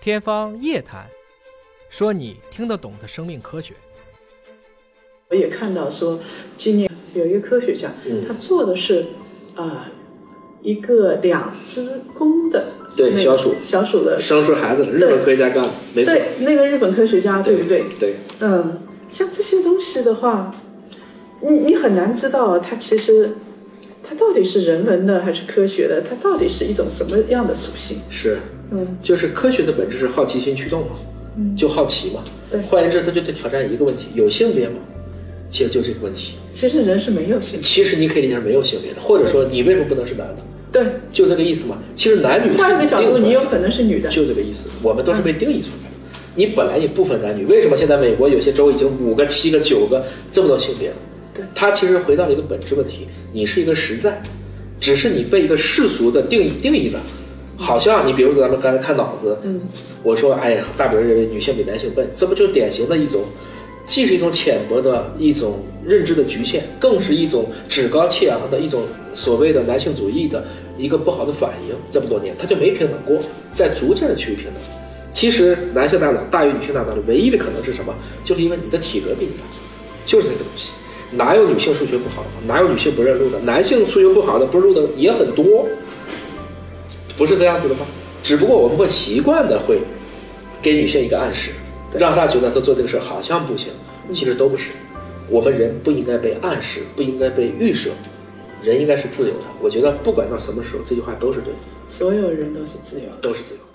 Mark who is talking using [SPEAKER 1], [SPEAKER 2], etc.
[SPEAKER 1] 天方夜谭，说你听得懂的生命科学。
[SPEAKER 2] 我也看到说，今年有一个科学家，
[SPEAKER 3] 嗯
[SPEAKER 2] 他做的是啊、一个两只公的
[SPEAKER 3] 对
[SPEAKER 2] 那个
[SPEAKER 3] 小鼠
[SPEAKER 2] 小鼠的，
[SPEAKER 3] 生出孩子了，日本科学家干的，没错，
[SPEAKER 2] 对那个日本科学家对不对？
[SPEAKER 3] 对，
[SPEAKER 2] 嗯，像这些东西的话，你你很难知道啊它其实它到底是人文的还是科学的，它到底是一种什么样的属性？
[SPEAKER 3] 是，
[SPEAKER 2] 嗯，
[SPEAKER 3] 就是科学的本质是好奇心驱动嘛，
[SPEAKER 2] 嗯
[SPEAKER 3] 就好奇嘛，
[SPEAKER 2] 对
[SPEAKER 3] 换言之，他就在挑战一个问题，有性别吗？其实就这个问题，
[SPEAKER 2] 其实人是没有性，
[SPEAKER 3] 其实你可以理解成没有性别的，或者说你为什么不能是男的，
[SPEAKER 2] 对，
[SPEAKER 3] 就这个意思嘛。其实男女
[SPEAKER 2] 换一个
[SPEAKER 3] 是
[SPEAKER 2] 角
[SPEAKER 3] 定
[SPEAKER 2] 度，
[SPEAKER 3] 出来
[SPEAKER 2] 你嗯
[SPEAKER 3] 的
[SPEAKER 2] 有可能是女的，
[SPEAKER 3] 就这个意思，我们都是被定义出来的。你本来也不分男女，为什么现在美国有些州已经五个、七个、九个这么多性别了？
[SPEAKER 2] 对
[SPEAKER 3] 它其实回到了一个本质问题，你是一个实在，只是你被一个世俗的定义定义了。好像你比如说咱们刚才看脑子，
[SPEAKER 2] 嗯，
[SPEAKER 3] 我说哎呀，大部分人认为女性比男性笨，这不就典型的一种，既是一种浅薄的一种认知的局限，更是一种趾高气扬的一种所谓的男性主义的一个不好的反应。这么多年，他就没平等过，在逐渐的趋于平等。其实男性大脑大于女性大脑的唯一的可能是什么？就是因为你的体格比你大，就是这个东西。哪有女性数学不好的？哪有女性不认路的？男性数学不好的不认路的也很多，不是这样子的吗？只不过我们会习惯的会给女性一个暗示，让她觉得她做这个事儿好像不行，其实都不是。我们人不应该被暗示，不应该被预设，人应该是自由的。我觉得不管到什么时候，这句话都是对的，
[SPEAKER 2] 所有人都是自由的。
[SPEAKER 3] 都是自由的。